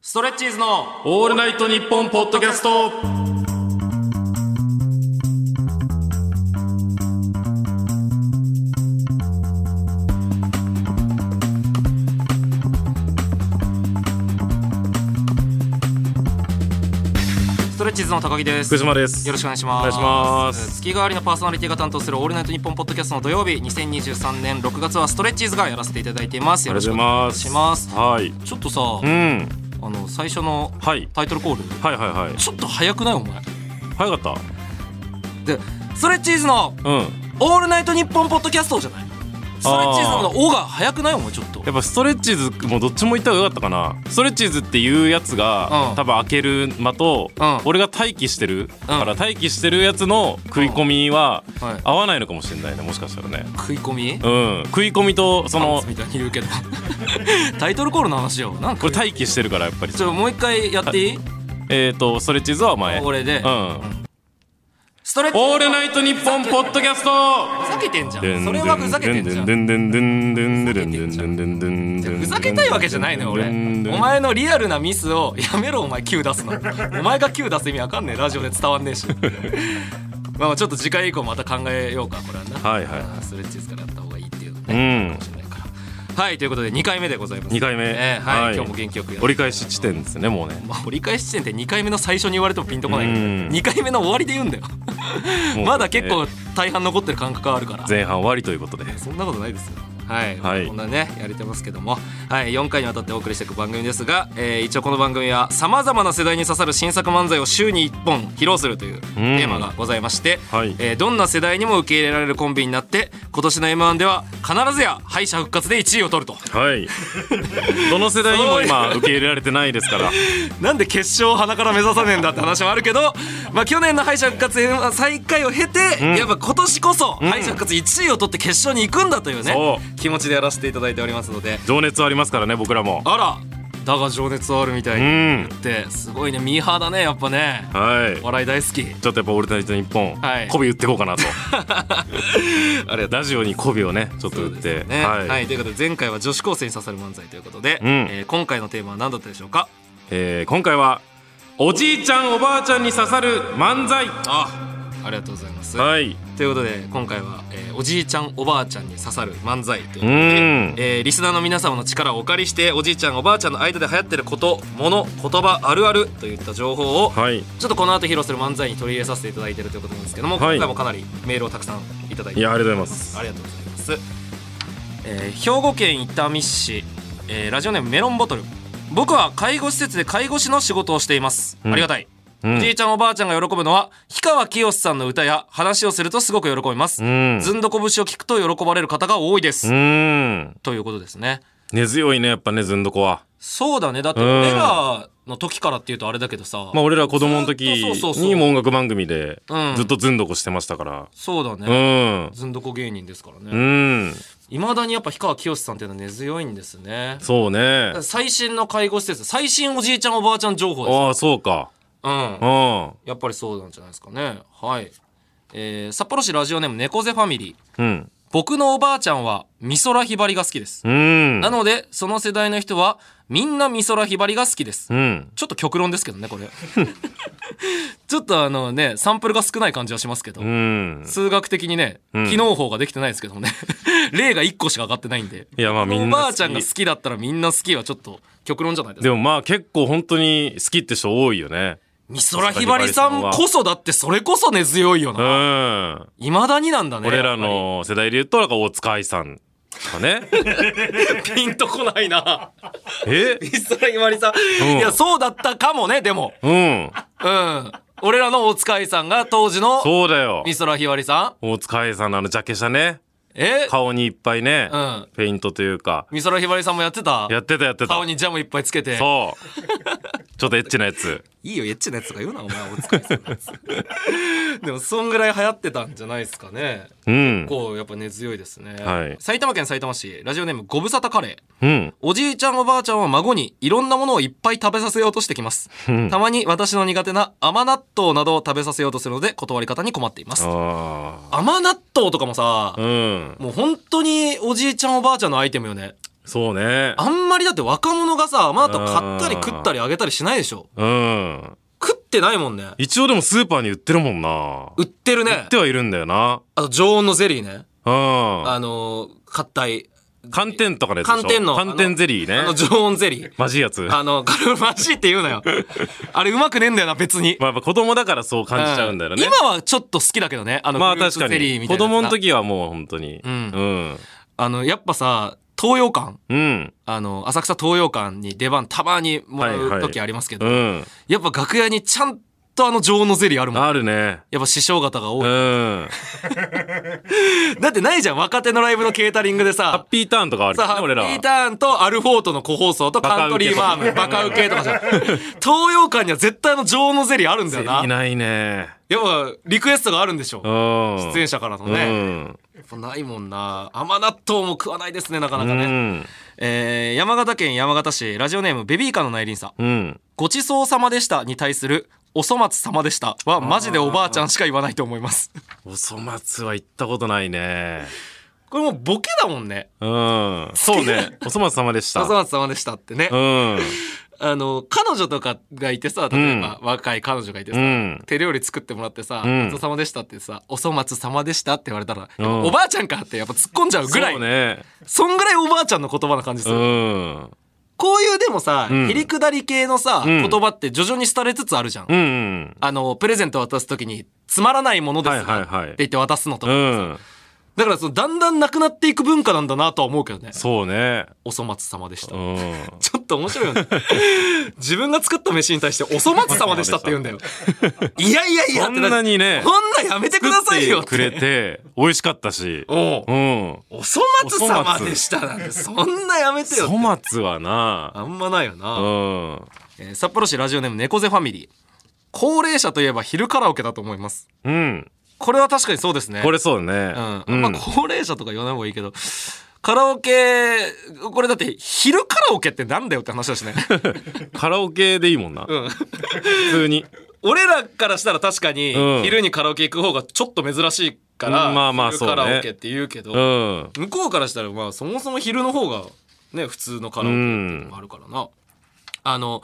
ストレッチーズのオールナイトニッポンポッドキャストストレッチーズの高木です福島です。よろしくお願いします。お願いします月替わりのパーソナリティが担当するオールナイトニッポンポッドキャストの土曜日、2023年6月はストレッチーズがやらせていただいています。よあろりがしとくおうござい願まいす。します。はい。ちょっとさう、ん。あの最初のはい。タイトルコール、はいはいはい。ちょっと早くないお前。早かっで、ストレッチーズのた。うん。オールナイトニッポンポッドキャストじゃない。ストレッチーズの「お」が早くないお前ちょっとや。っぱストレッチーズもどっちも言った方が良かったかな。ストレッチーズっていうやつが、うん多分開ける間と、うん俺が待機してる、から待機してるやつの食い込みは、はい合わないのかもしれないね。もしかしたらね。食い込み？うん。食い込みとそパンのツみたいに言う けど。タイトルコールの話よ。なんかこれ待機してるからやっぱり。ちょもう一回やっていい？えっ、ー、とストレッチーズは前。俺でう。ん。ストレッチオールナイトニッポンポッドキャスト。ふざけてんじゃん。それはふざけてんじゃん。ふざけたいわけじゃないのよ俺お前のリアルなミスをやめろお前 Q 出すのお前が Q 出す意味わかんねえラ ジオで伝わんねえしまあまあちょっと次回以降また考えようかこれはなはいはいはいあーストレッチーズからやった方がいいっていううね、んかもしれないからはいということで2回目でございます二回目ええはい、はい今日も元気よくやって折り返し地点ですねもうねまあ、折り返し地点って2回目の最初に言われてもピンとこないけどうん2回目の終わりで言うんだよもうまだ結構大半残ってる感覚はあるから前半終わりということでそんなことないですよ。はい、はいこんなねやれてますけども、はい、4回にわたってお送りしていく番組ですが、えー一応この番組はさまざまな世代に刺さる新作漫才を週に1本披露するというテーマがございまして、はいえーどんな世代にも受け入れられるコンビになって今年の m 1では必ずや敗者復活で1位を取るとはいどの世代にも今受け入れられてないですから なんで決勝を鼻から目指さねえんだって話もあるけど、まあ、去年の敗者復活 M1 最下位を経て、やっぱ今年こそ敗者復活1位を取って決勝に行くんだというね、そ気持ちでやらせていただいておりますので情熱はありますからね僕らもあらだが情熱はあるみたいうにんってすごいねミーハーだねやっぱねはい笑い大好きちょっとやっぱ俺たちと日本はい媚び打ってこうかなと ありがとうラジオに媚びをねちょっとそう打っですてよねはい、はいということで前回は女子高生に刺さる漫才ということで、うんえー今回のテーマは何だったでしょうかえー今回はおじいちゃんおばあちゃんに刺さる漫才あありがとうございます、はいということで今回は、えーおじいちゃんおばあちゃんに刺さる漫才といううことで、んえーリスナーの皆様の力をお借りしておじいちゃんおばあちゃんの間で流行ってることもの言葉あるあるといった情報を、はいちょっとこの後披露する漫才に取り入れさせていただいてるということなんですけども、はい今回もかなりメールをたくさんいただいていやありがとうございますありがとうございます、えー兵庫県伊丹市、えーラジオネームメロンボトル僕は介護施設で介護士の仕事をしています、うんありがたい、うんおじいちゃんおばあちゃんが喜ぶのは氷川きよしさんの歌や話をするとすごく喜びます、うんずんどこ節を聞くと喜ばれる方が多いです、うんということですね根強いねやっぱねずんどこはそうだねだってうん俺らの時からっていうとあれだけどさ、まあ俺ら子供の時ずっとそうそうそうにも音楽番組でうんずっとずんどこしてましたからそうだね、うんずんどこ芸人ですからね、うんいまだにやっぱ氷川きよしさんっていうのは根強いんですねそうね最新の介護施設最新おじいちゃんおばあちゃん情報ですああそうかうんうんやっぱりそうなんじゃないですかねはい、えー札幌市ラジオネーム猫背ファミリーうん僕のおばあちゃんは美空ひばりが好きですうんなのでその世代の人はみんな美空ひばりが好きですうんちょっと極論ですけどねこれ ちょっとあのねサンプルが少ない感じはしますけど、うん数学的にね、うん機能法ができてないですけどもね 例が1個しか上がってないんでいやまあみおんなば好あきちゃんが好きだったらみんな好きはちょっと極論じゃないですかでもまあ結構本当に好きって人多いよね美空ひばりさんこそだってそれこそ根強いような。んいまだになんだね。俺らの世代で言うとなんか大塚愛さんとかねやっぱり。ピンとこない な。え美空ひばりさん。うんいや、そうだったかもね、でも。うんうん。俺らの大塚愛さんが当時のそうだよ美空ひばりさん。大塚愛さんのあのジャケ写ねえ顔にいっぱいねうんペイントというか美空ひばりさんもやってたやってたやってた顔にジャムいっぱいつけて。そう。ちょっとエッチなやつ。いいよ、エッチなやつとか言うな、お前、大塚愛さんのや つ。でも、そんぐらい流行ってたんじゃないですかね。うん。こう、やっぱ根強いですね。はい埼玉県埼玉市、ラジオネーム、ご無沙汰カレー。うん。おじいちゃんおばあちゃんは孫にいろんなものをいっぱい食べさせようとしてきます。うんたまに私の苦手な甘納豆などを食べさせようとするので断り方に困っています。あ甘納豆とかもさあ。う、ん。もう本当におじいちゃんおばあちゃんのアイテムよね。そうねあんまりだって若者がさ甘納豆買ったり食ったりあげたりしないでしょうん食ってないもんね一応でもスーパーに売ってるもんな売ってるね売ってはいるんだよなあと常温のゼリーねうんあのー硬い寒天とかで寒天の寒天ゼリーあのね常温ゼリーマジいやつま ああのこれマジって言うな よあれうまくねえんだよな別にやっぱ子供だからそう感じちゃうんだよね今はちょっと好きだけどねあのまあフルーツ確かゼリーにみた子いなやつ供なの時はもう本当にうんんあのやっぱさ東洋館うんあの浅草東洋館に出番たまにもらはういはい時ありますけど、うんやっぱ楽屋にちゃんとあの常温のゼリーあるもんあるねやっぱ師匠方が多うい、んだってないじゃん若手のライブのケータリングでハッさピーターンとかあるさよハね俺らッピーはターンとアルフォートの個包装とカントリーマー ムババカウケとかじゃん東洋館には絶対あの常温のゼリーあるんだよないないねやっぱリクエストがあるんでしょううん出演者からのうね、んやっぱないもんな甘納豆も食わないですねなかなかうね、んえー山形県山形市ラジオネームベビーカーの内輪さんうんごちそうさまでしたに対するお粗末様でしたはマジでおばあちゃんしか言わないと思い ます。お粗末は行ったことないねこれもうボケだもんね。うんそ うねお粗末様でしおた粗末様でしたってねう。んあの、彼女とかがいてさ、例えば若い彼女がいてさう、ん手料理作ってもらってさ、うごんちそうさまでしたってさ、お粗末様でしたって言われたら、うんおばあちゃんかってやっぱ突っ込んじゃうぐらそい、うねそんぐらいおばあちゃんの言葉な感じすうる。んこういうでもさ、うんへりくだり系のさ、うん言葉って徐々に廃れつつあるじゃん。うんうんあの、プレゼント渡すときに、つまらないものですはいはいはいって言って渡すのとかうさ、んだからそのだんだんなくなっていく文化なんだなとは思うけどね。そうねお粗末様でした。うちょんっと面白い よね。自分が作った飯に対してお粗末様でしたって言 うんだよ。いやいやいやそってんなにねこんなんやめてくださいよって。作ってくれて美味しかったしおううんお粗末様でしたなんてそんなやめてよって。粗末はなあんまないよな。うんえー札幌市ラジオネーム猫背ファミリー。高齢者といえば昼カラオケだと思います。うんこれは確かにそうですね。これそうねうん。まあ、高齢者とか言わない方がいいけど、カラオケ、これだって、昼カラオケってなんだよって話だし ね。カラオケでいいもんなうん。普通に俺らからしたら確かにう、ん昼にカラオケ行く方がちょっと珍しいから、うんまあまあ昼そうねカラオケって言うけど、うん向こうからしたら、まあ、そもそも昼の方が、ね、普通のカラオケっていうのもあるからな。あの、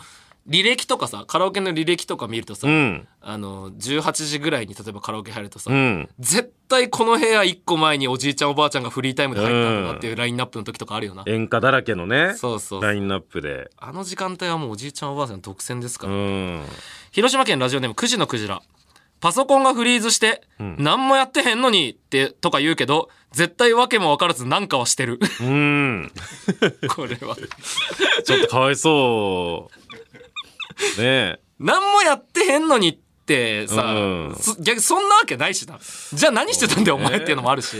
履歴とかさ、カラオケの履歴とか見るとさ、うんあの、18時ぐらいに例えばカラオケ入るとさ、うん絶対この部屋1個前におじいちゃんおばあちゃんがフリータイムで入ったんだなっていうラインナップの時とかあるよな、演歌だらけのねそうそうラインナップであの時間帯はもうおじいちゃんおばあちゃん独占ですかうら、ん広島県ラジオネーム9時のクジラパソコンがフリーズして、ん何もやってへんのにってとか言うけど絶対訳も分からず何かはしてる うんこれはちょっとかわいそうねえ何もやってへんのにってさ、うんそ逆にそんなわけないしなじゃあ何してたんだよお前っていうのもあるし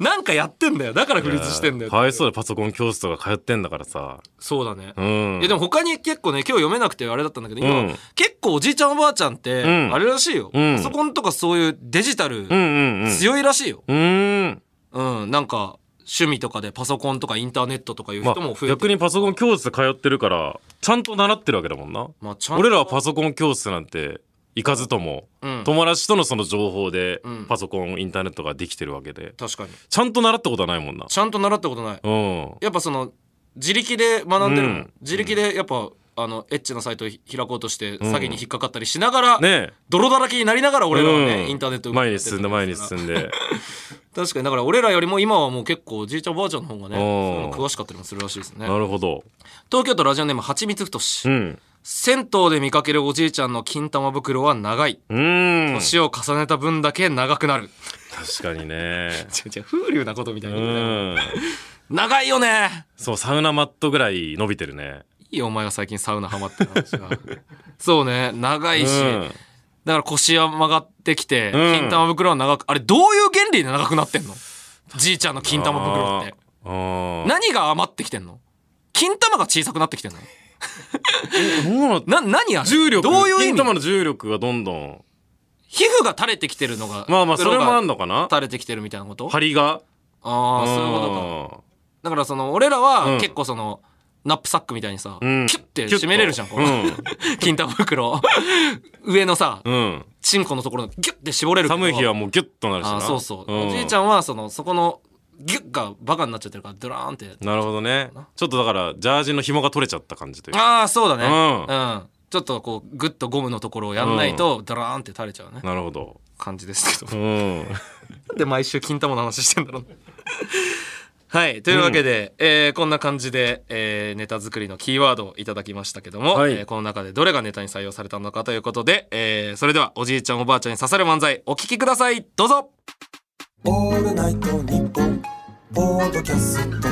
なんかやってんだよだからフリーズしてんだよかわいそうだパソコン教室とか通ってんだからさそうだね、うんいやでも他に結構ね今日読めなくてあれだったんだけど今、うん結構おじいちゃんおばあちゃんってうんあれらしいよ、うんパソコンとかそういうデジタルうんうんうん強いらしいよ、うんうん、なんか趣味とかでパソコンとかインターネットとかいうま人もあ増えて逆にパソコン教室通ってるからちゃんと習ってるわけだもんなまあちゃんと俺らはパソコン教室なんて行かずとも、うん友達とのその情報でんパソコンインターネットができてるわけで確かにちゃんと習ったことはないもんなちゃんと習ったことないうんやっぱその自力で学んでるもん、うん自力でやっぱあのエッチなサイト開こうとして詐欺に引っかかったりしながら、ねえ泥だらけになりながら俺らはね、うんインターネット動い前てにる進んで前に進んで確かにだから俺らよりも今はもう結構おじいちゃんおばあちゃんの方がねそうおいうーの詳しかったりもするらしいですねなるほど東京都ラジオネームはちみつふとし、うん銭湯で見かけるおじいちゃんの金玉袋は長いうん年を重ねた分だけ長くなる、確かにね 違う違う風流なことみたいうに言うなよん長いよねそうサウナマットぐらい伸びてるねいいよお前が最近サウナハマってる話 がそうね長いし、うんだから腰は曲がってきて、うん金玉袋は長くあれどういう原理で長くなってんのじいちゃんの金玉袋ってあーあ何が余ってきてんの金玉が小さくなってきてんのーどうなな何や重力どういう意金味玉の重力がどんどん皮膚が垂れてきてるのがまあまあそれもあんのか袋なが垂れてきてるみたいなことあ針があーそういうことかだからその俺らうはん結構その、ナップサックみたいにさ、うんキュッて締めれるじゃんこう、うん 金玉袋上のさ、うんチンコのところギュッて絞れるけど寒い日はもうギュッとなるしあなーそうそう、んおじいちゃんはそのそこのギュッがバカになっちゃってるからドラーンってなるほどねちょっとだからジャージの紐が取れちゃった感じというかああそうだねううん、ちょっとこうグッとゴムのところをやんないとドラーンって垂れちゃうねなるほど感じですけどうんなんで毎週金玉の話してんだろうなはいというわけで、えーこんな感じで、えーネタ作りのキーワードをいただきましたけども、はいえーこの中でどれがネタに採用されたのかということで、えーそれではおじいちゃんおばあちゃんに刺さる漫才お聞きくださいどうぞオールナイトニッポンポードキャスト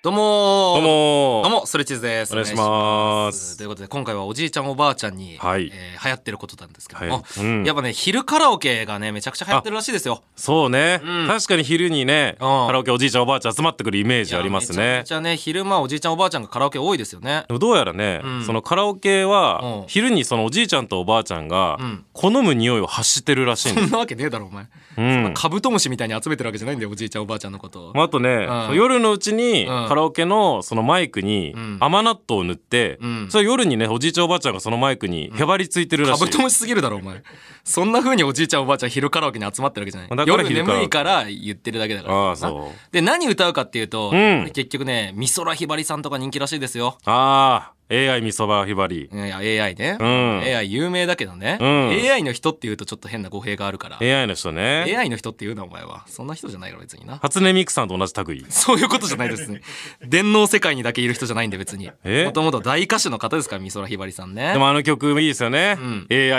どうもどうーもーどうもストレッチーズですお願いしまお願いしますということで今回はおじいちゃんおばあちゃんに、はいえー流行ってることなんですけども、はいうんやっぱね昼カラオケがねめちゃくちゃ流行ってるらしいですよそうね、うん確かに昼にねカうんラオケおじいちゃんおばあちゃん集まってくるイメージありますいやめちゃねめちゃね昼間おじいちゃんおばあちゃんがカラオケ多いですよねでもどうやらね、うんそのカラオケうはん昼にそのおじいちゃんとおばあちゃんがうん好む匂いを発してるらしいんでそす、んなわけねえだろお前うんカブトムシみたいに集めてるわけじゃないんだよおじいちゃんおばあちゃんのことをまあ、あとね、うん夜のうちにうんカラオケのそのマイクにうん甘納豆を塗って、うんそれ夜にねおじいちゃんおばあちゃんがそのマイクにへばりついてるらカしい、ブトムシすぎるだろお前そんな風におじいちゃんおばあちゃん昼カラオケに集まってるわけじゃないだから夜昼カラオケ眠いから言ってるだけだからああそうで何歌うかっていうと、うんこれ結局ね美空ひばりさんとか人気らしいですよああ AI みそばひばりいや AI ね、うん AI 有名だけどね、うん AI の人っていうとちょっと変な語弊があるから、 AI の人ね AI の人っていうなお前はそんな人じゃないから別にな初音ミクさんと同じ類そういうことじゃないですね。電脳世界にだけいる人じゃないんで別に。えもともと大歌手の方ですから、美空ひばりさんねで。もあの曲いいですよね、うん AI33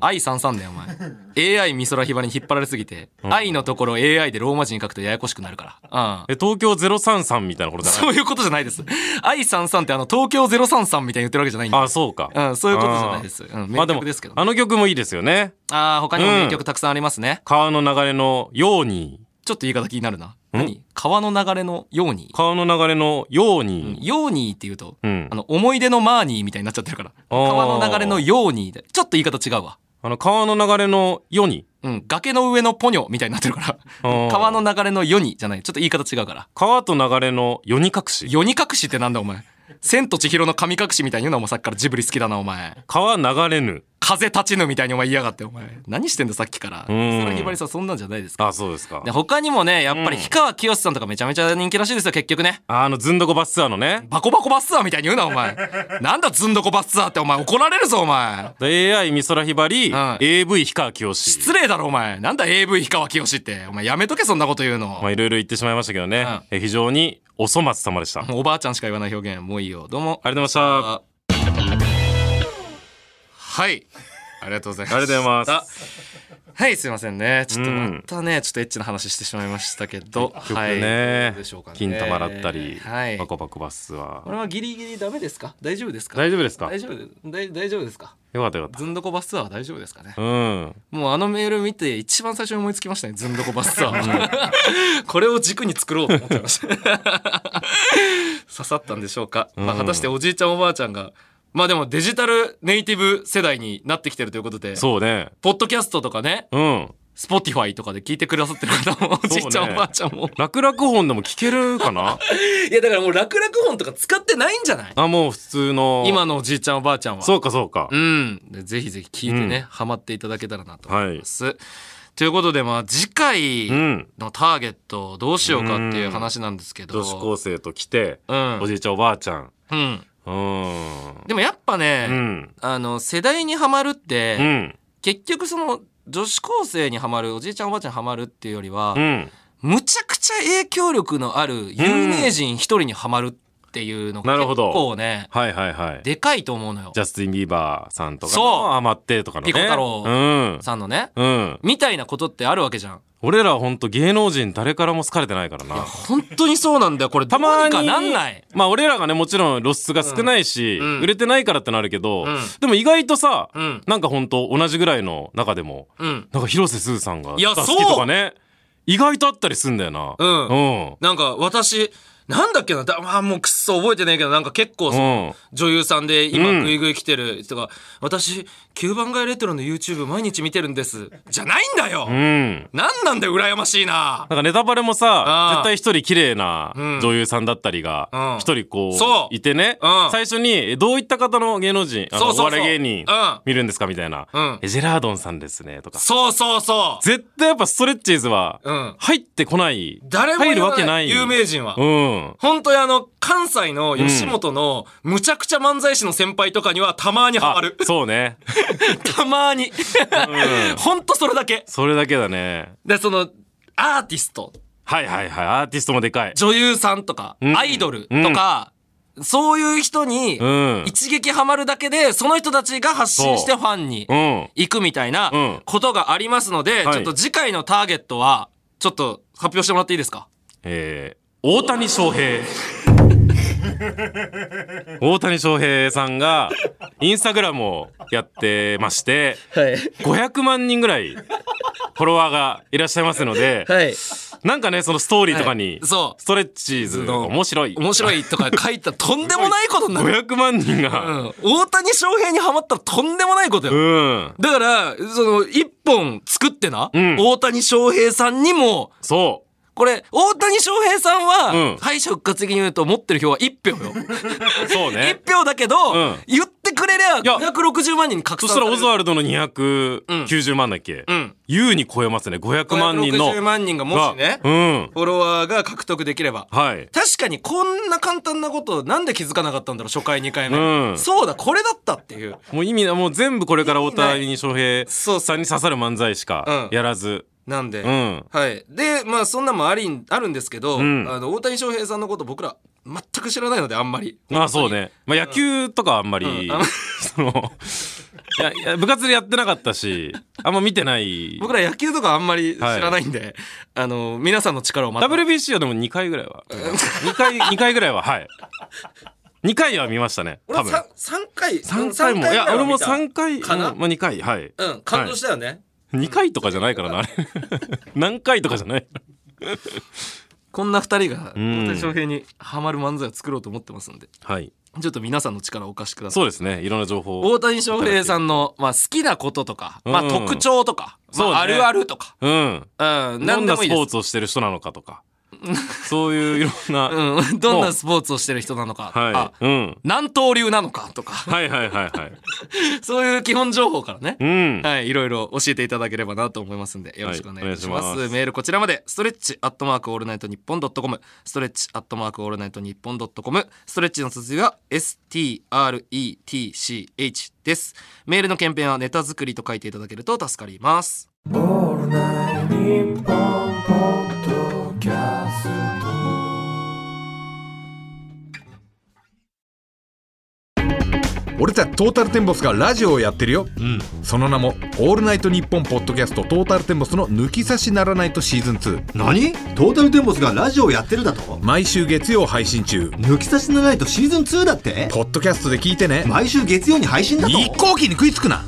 愛さんさんだよ、お前。AI 美空ひばりに引っ張られすぎて、愛のところ AI でローマ字に書くとややこしくなるから。うん。え東京033みたいなことじゃなそいういうことじゃないです。愛さんさんってあの、東京033みたいに言ってるわけじゃないんで。あそうか、うん、そういうことじゃないです。うん、名でも曲ですけど。あの曲もいいですよねああ、他にも名う曲たくさんありますね。川の流れのようにちょっと言い方気になるな。何川の流れのように。川の流れのように、ようにって言うと、うんあの思い出のマーニーみたいになっちゃってるからあー川の流れのようにでちょっと言い方違うわ、あの川の流れのよにうん、崖の上のポニョみたいになってるからあ ー川の流れのよにじゃないちょっと言い方違うから川と流れのよに隠しよに隠しってなんだお前千と千尋の神隠しみたいに言うなお前さっきからジブリ好きだなお前川流れぬ風立ちぬみたいにお前言いやがってお前何してんださっきからそうんれひばりさんそんなんじゃないですかあそうですかで他にもねやっぱり氷川きよしさんとかめちゃめちゃ人気らしいですよ結局ねあのずんどこバスツアーのねバコバコバスツアーみたいに言うなお 前なんだずんどこバスツアーってお前怒られるぞお前 AI 美空ひばり、うん AV 氷川きよし失礼だろお前なんだ AV 氷川きよしってお前やめとけそんなこと言うの、まあいろいろ言ってしまいましたけどね、んえ非常にお粗末様でした、ありがとうおばあちゃんしか言わない表現もういいよどうもございましたああはいありがとうございますりがとうございますはいすいませんねちょっとうんまたね、ちょっとエッチな話してしまいましたけどすはいねどうでしょうかね金玉だったり、はいバコバコバスツアこーれはギリギリダメですか大丈夫ですか大丈夫ですか大丈夫で大大丈夫ですかよかったよかっずんどこバスツアーは大丈夫ですかねたうんもうあのメール見て一番最初に思いつきましたね。ずんどこバスツアー。 これを軸に作ろうと思ってました。刺さったんでしょうか。まあ、うん果たしておじいちゃんおばあちゃんが、まあでもデジタルネイティブ世代になってきてるということで、そうねポッドキャストとかね、うんスポティファイとかで聞いて くださってる方も、おじいちゃんおばあちゃんも。楽々本でも聞ける かないやだからもう楽々本とか使ってないんじゃないあもう普通の 今のおじいちゃんおばあちゃんは。そうかそうか、うん、でぜひぜひ聞いてね、ハマっていただけたらなと思います。ということで、まあ、次回うんのターゲットをどうしようかっていう話なんですけど、女子高生と来て、うんおじいちゃんおばあちゃんうん、うんでもやっぱね、うんあの世代にはまるって、うん結局その女子高生にはまるおじいちゃんおばあちゃんにはまるっていうよりは、うんむちゃくちゃ影響力のある有名人一人にはまるっていうのがなる結ほど構ね、はいはいはいでかいと思うのよジ。ャスティン・ビーバーさんとかそうの余ってとかのピねコ太郎うんさんのね、うんみたいなことってあるわけじゃん。俺らほんと芸能人誰からも好かれてないからな本当にそうなんだよこれたまにどうにかなんないまあ俺らがねもちろん露出が少ないし、うん売れてないからってのあるけど、んでも意外とさ、うんなんかほんと同じぐらいの中でもうんなんか広瀬すずさんがいやが好そうきとかね意外とあったりすんだよなうんうんなんか私なんだっけなだあもうくっそ覚えてないけどなんか結構その女優さんでうん今グイグイ来てる人が「私9番街レトロの YouTube 毎日見てるんです」じゃないんだよ、うんなんなんだよ羨ましいななんかネタバレもさあー絶対一人綺麗なうん女優さんだったりうんが一人こそういてねうん最初にえ「どういった方の芸能人あのそうそうそうお笑い芸人うん見るんですか?」みたいなうんえジェラードンさんですね」とかそうそうそう絶対やっぱストレッチーズはうん入ってこない誰も入るわけ言わなないい有名人は、うん本当にあの関西の吉本のむちゃくちゃ漫才師の先輩とかにはたまにハあマるそうね たまに 本当それだけそれだけだねでそのアーティストはいはいはいアーティストもでかい女優さんとか、うんアイドルとか、そういう人にうん一撃ハマるだけで、その人たちが発信してそうファンにうん行くみたいうんなことがありますので、はいちょっと次回のターゲットは、ちょっと発表してもらっていいですかえー、大谷 翔平大谷翔平さんがインスタグラムをやってましてはい。 500万人ぐらいフォロワーがいらっしゃいますので、はい。なんかねそのストーリーとかに、はいそうストレッチーズの面白い面白いとか書いたらとんでもないことになる。 500万人うがん。大谷翔平にハマったらとんでもないことうよ。ん、だから、その、一本作ってな、うん大谷翔平さんにも、そこれ、大谷翔平さんうんは、敗者復活的に言うと持ってる票は1票よ。 うそうね1票だけど、うん言ってくれりゃや260万人に拡そ散しされたらるオズワルドの290万だっけ、うん優に超えますね500万人の560万人がもしね、うんフォロワーが獲得できればはい確かにこんな簡単なことなんで気づかなかったんだろう初回2回目、うんそうだこれだったっていうもう意味なもう全部これから大意谷翔平そうさんに刺さる漫才しかうんやらず、なんで、うんはいでまあそんなんもありんあるんですけど、うんあの大谷翔平さんのこと僕ら全く知らないのであんまりまあそうね、まあ、野球とかあんまり、うんあんま そのいやいや部活でやってなかったしあんま見てない僕ら野球とかあんまり知らないんで、あの皆さんの力をまた WBC はでも2回ぐらいは2回 二回ぐらいははい2回は見ましたね俺多は分 3, 三回3回もいや俺も3回かなうんまあ、2回はい、うん感動したよね、 2回とかじゃないから なあれ何回とかじゃないこんな二人がん大谷翔平にハマる漫才を作ろうと思ってますんで、はいちょっと皆さんの力をお貸しください。そうですねいろんな情報大谷翔平さんの、まあ、好きなこととか、まあ、うん特徴とか、まそうねあ、あるあるとか、うんうん、ど何んでなもいスいでポすー。ツをしてる人なのかとかそういういろんな、うん、 どんなスポーツをしてる人なのか、あはい、うん、何刀流なのかとか、 はいはいはいはいそういう基本情報からねう、んはい、いろいろ教えていただければなと思いますんで、よろしくお願いします。はいお願いしますメールこちらまで、ストレッチアットマークオールナイトニッポンドットコム、ストレッチアットマークオールナイトニッポンドットコム、ストレッチの続きは STRETCH です。メールの件名はネタ作りと書いていただけると助かります。オールナイトニッポンポッドキャスト俺たちトータルテンボスがラジオをやってるよ、その名も「オールナイトニッポン」ポッドキャスト「トータルテンボスの抜き差しならないとシーズン2何トータルテンボスがラジオをやってるだと」毎週月曜配信中抜き差しならないとシーズン2だってポッドキャストで聞いてね毎週月曜に配信だと一向機に食いつくな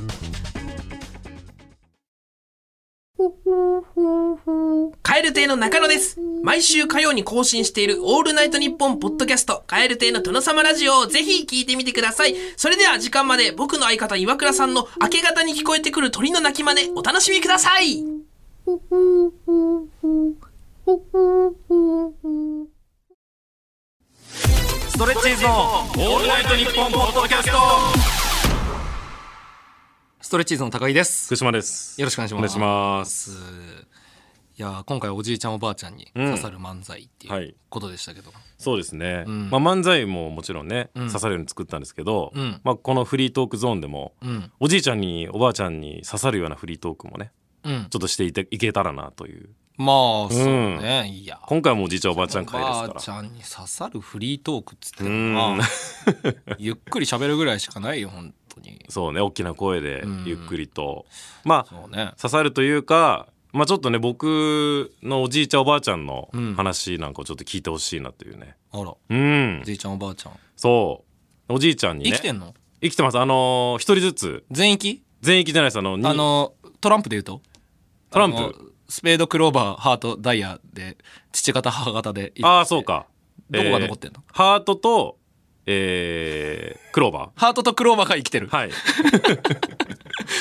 蛙亭の中野です。毎週火曜に更新しているオールナイトニッポンポッドキャスト、蛙亭の殿様ラジオをぜひ聞いてみてください。それでは時間まで僕の相方岩倉さんの明け方に聞こえてくる鳥の鳴き真似、お楽しみください。ストレッチーズのオールナイトニッポンポッドキャストストレッチーズの高木です。福島ですよろしくお願いしお願まいす。しますいやー今回おじいちゃんおばあちゃんに刺さる漫才ってうんはいういことでしたけど、そうですね、んまあ、漫才ももちろんね、ん刺さるように作ったんですけど、うんまあ、このフリートークゾーンでも、うんおじいちゃんにおばあちゃんに刺さるようなフリートークもねうんちょっとしていていけたらなというまあそうね、いや今回もおじいちゃんおばあちゃん会でおばあちすかゃんに刺さるフリートークっつってらうもんなゆっくり喋るぐらいしかないよ本当に そうね大きな声でうんゆっくりと、まあそうね刺さるというか、まあ、ちょっとね僕のおじいちゃんおばあちゃんのうん話なんかをちょっと聞いてほしいなというねあらおうん、じいちゃんおばあちゃん、そうおじいちゃんにね生きてんの生きてますあのー一人ずつ全域全域じゃないですあのにあのトランプで言うとトランプあのスペードクローバーハートダイヤで父方母方でああそうかどこが残ってんの、えーハートと、えー、クローバハートとクローバーが生きてる、ー。はい。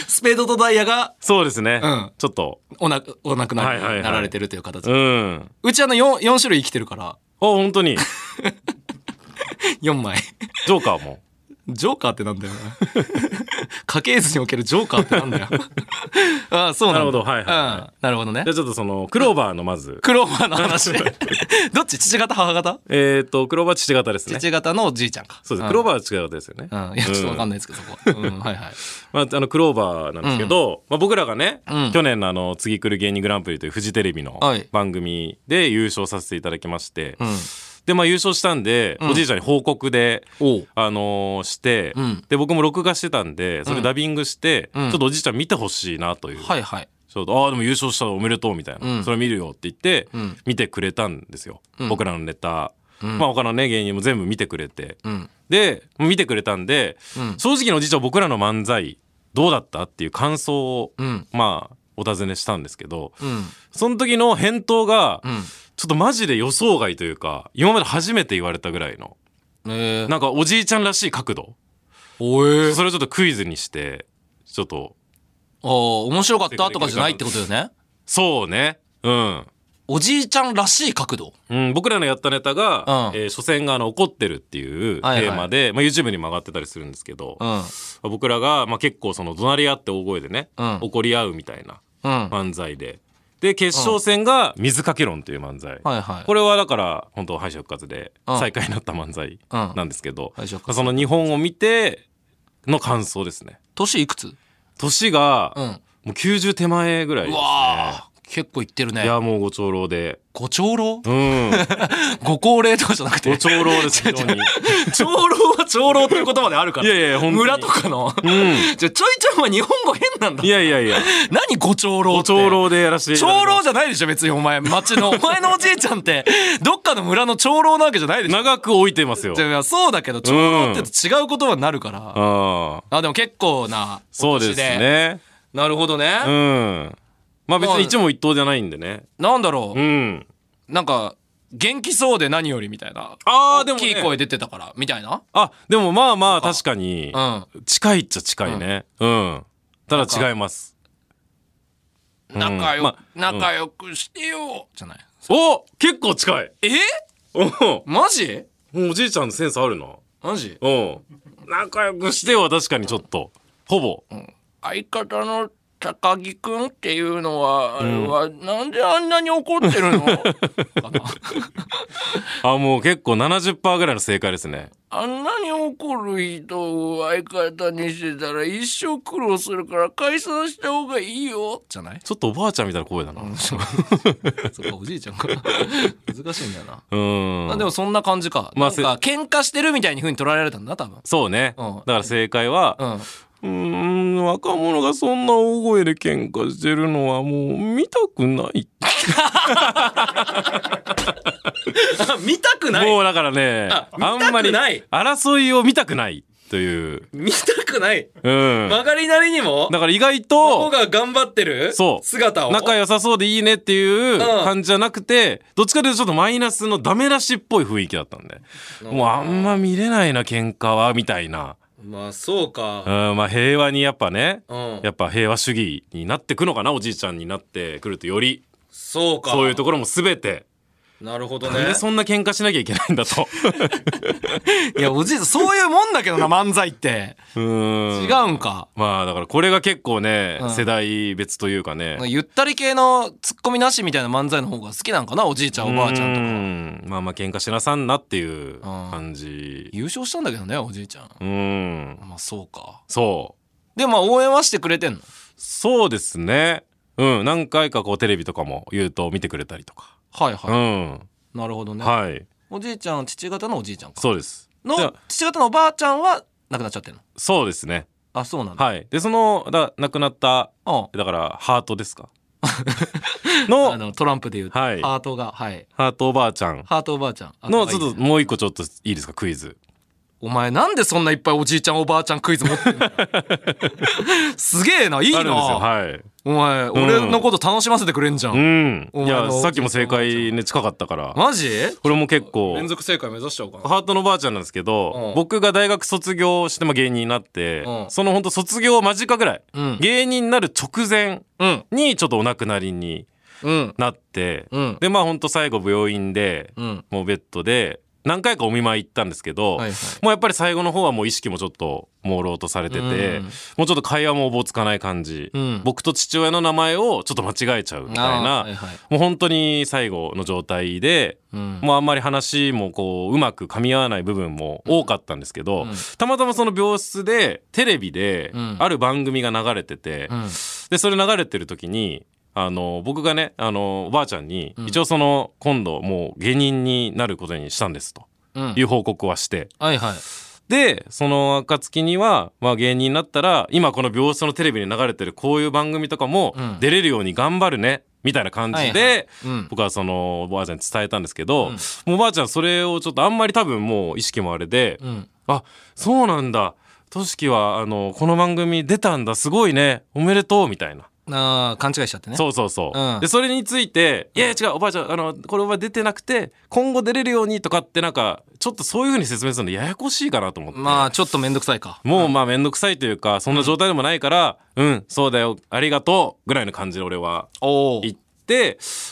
スペードとダイヤがそうですね。うんちょっと。おなお亡くなりはいはいはにいなられてるという形、うん。あ、うちあの 4, 四種類生きてるから本当に。 4枚ジョーカーも。ジョーカーってなんだ よな家系図におけるジョーカーってなんだよああそうなんだなるほどはいはいはいうんなるほどねじゃあちょっとその、クローバーのまず。クローバーの話 どっち父方母方えっ、と、クローバー父方ですね。父方のおじいちゃんかそうです。んクローバーは父方ですよね。うん、いやちょっとわかんないですけど、そこは、うん、はいはいまあ、あのクローバーなんですけど、まあ、僕らがね、うん去年のあの「次来る芸人グランプリ」というフジテレビのはい番組で優勝させていただきまして、うんで、まあ、優勝したんで、んおじいちゃんに報告で、おうあのーして、うんで僕も録画してたんでそれダビングして、うんちょっとおじいちゃん見てほしいなという、はいはいちょっと「ああでも優勝したおめでとう」みたいな、うんそれ見るよって言って、うん見てくれたんですよ、ん僕らのネタ、うんまあ他のね芸人も全部見てくれて、うんで見てくれたんで、うん正直のおじいちゃん僕らの漫才どうだったっていう感想を、うんまあお尋ねしたんですけどうんその時の返答が、うんちょっとマジで予想外というか今まで初めて言われたぐらいのえー、なんかおじいちゃんらしい角度おえー、それをちょっとクイズにしてちょっとああ面白かったとかじゃないってことよねそうねうん、おじいちゃんらしい角度うん、僕らのやったネタが、うんえー初戦があの怒ってるっていうテはいはいーマで、まあ、YouTube にも上がってたりするんですけど、うんうん僕らが、まあ、結構その怒鳴り合って大声でね、うん怒り合うみたいなは漫才で。で、決勝戦が水かけ論という漫才。いはいこれはだから、本当敗者復活でうん最下位になった漫才なんですけど、敗者復活その日本を見ての感想ですね。年いくつ年が、うんもう90手前ぐらいでうす、ね。わー結構いってるいねや、もうご長老で。ご長老うん。ご高齢とかじゃなくてご長老です、 非常に。長老は長老という言葉であるからいやいやいや本当に村とかのうん。 じゃあちょいちょいお前日本語変なんだいやいやいや、何ご長老っごて長老でやらせていただき長ます老じゃないでしょ別にお前町 のお前のおじいちゃんってどっかの村の長老なわけじゃないでしょ長く置いてますよ。じゃあそうだけど長老って言うと違う言葉になるから、ああ。あでも結構なそうおで年すね。なるほどね、うん。まあ別に一問一答じゃないんでね。なんだろう、うん。なんか元気そうで何よりみたいなあーでもね大きい声出てたからみたいなあ、でもまあまあ確かに、近いっちゃ近いね。うん。ただ違います。うん仲良く、ま仲良くしてよじゃないお結構近いえうんもマジうおじいちゃんのセンスあるな。マジうん。仲良くしては確かにちょっと。ほぼ。相方の高木くんっていうのは、あれはなんであんなに怒ってるのかなあ、もう結構70%ぐらいの正解ですね。あんなに怒る人を相方にしてたら一生苦労するから解散した方がいいよじゃないちょっとおばあちゃんみたいな声だな。う そっかおじいちゃんか 難しいんだよな、ん。あでもそんな感じか、まあなんか喧嘩してるみたいに風に取られたんだ多分そうね。うんだから正解は、うんうーん、若者がそんな大声で喧嘩してるのはもう見たくない。 見たくもうだからね、あ見たくないんまり争いを見たくないという。見たくないうん。だがりなりにもから意外、こことが頑張ってるそう姿を仲良さそうでいいねっていううん感じじゃなくて、どっちかというとちょっとマイナスのダメ出しっぽい雰囲気だったんで、もうあんま見れないな、喧嘩は、みたいな。まあそううかん、まあ平和にやっぱね、うんやっぱ平和主義になってくのかな、おじいちゃんになってくるとより、そうかそういうところも全て。なるほどなんねでそんな喧嘩しなきゃいけないん だと。いやおじいさんそういうもんだけどな漫才ってうーん違うんかまあだからこれが結構ね、うん世代別というかね。ゆったり系のツッコミなしみたいな漫才の方が好きなんかなおじいちゃんおばあちゃんとうかーんまあまあ喧嘩しなさんなっていう感じ。優勝したんだけどねおじいちゃんうーん。まあそうかそう。でまあ応援はしてくれてんのそうですね。うん。何回かこうテレビとかも言うと見てくれたりとか。はいうはん。いなるほどねはい。おじいちゃん父方のおじいちゃんかそうです。じゃのあ父方のおばあちゃんは亡くなっちゃってんのそうですね。あそうなんだはい。で、その、だ亡くなった、うんだからハートで すかのあ、のトランプで言うとハはいートがはいハートおばあちゃんハートおばあちゃんあの、可ち愛いょっともう一個ちょっといいですか、クイズ。お前なんでそんないっぱいおじいちゃんおばあちゃんクイズ持ってんのすげえないいなあるんですよ。はい。お前、俺のこと楽しませてくれんじゃん、うん。お前いや、のさっきも正解ね、近かったから。マジこれも結構。連続正解目指しちゃおうかなハートのばあちゃんなんですけど、うん僕が大学卒業して、まあ、芸人になって、うんその本当卒業間近ぐらい、うん芸人になる直前うんにちょっとお亡くなりにうんなって、うんでまあ本当最後病院で、うんもうベッドで何回かお見舞い行ったんですけど、はいはいもうやっぱり最後の方はもう意識もちょっと朦朧とされてて、うんもうちょっと会話もおぼつかない感じ、うん僕と父親の名前をちょっと間違えちゃうみたいな、あーはいはいもう本当に最後の状態で、うんもうあんまり話もこううまく噛み合わない部分も多かったんですけど、たまたまその病室でテレビでんある番組が流れてて、んでそれ流れてる時にあの僕がねあのおばあちゃんに、一応その今度もう芸人になることにしたんですとうんいう報告はして、はいはいでその暁には、まあ、芸人になったら今この病室のテレビに流れてるこういう番組とかもうん出れるように頑張るねみたいな感じで、はいはうん僕はそのおばあちゃんに伝えたんですけど、もうおばあちゃんそれをちょっとあんまり多分もう意識もあれで、うんあそうなんだとしきはあのこの番組出たんだすごいねおめでとうみたいな。ああ勘違いしちゃってねそうそうそう。うんで、それについて、いやいや違う、おばあちゃん、あの、これは出てなくて、今後出れるようにとかってなんか、ちょっとそういう風に説明するのややこしいかなと思って。まあちょっとめんどくさいかもうまあめんどくさいというか、そんな状態でもないから、うん、そうだよ、ありがとう、ぐらいの感じで俺はおお言って、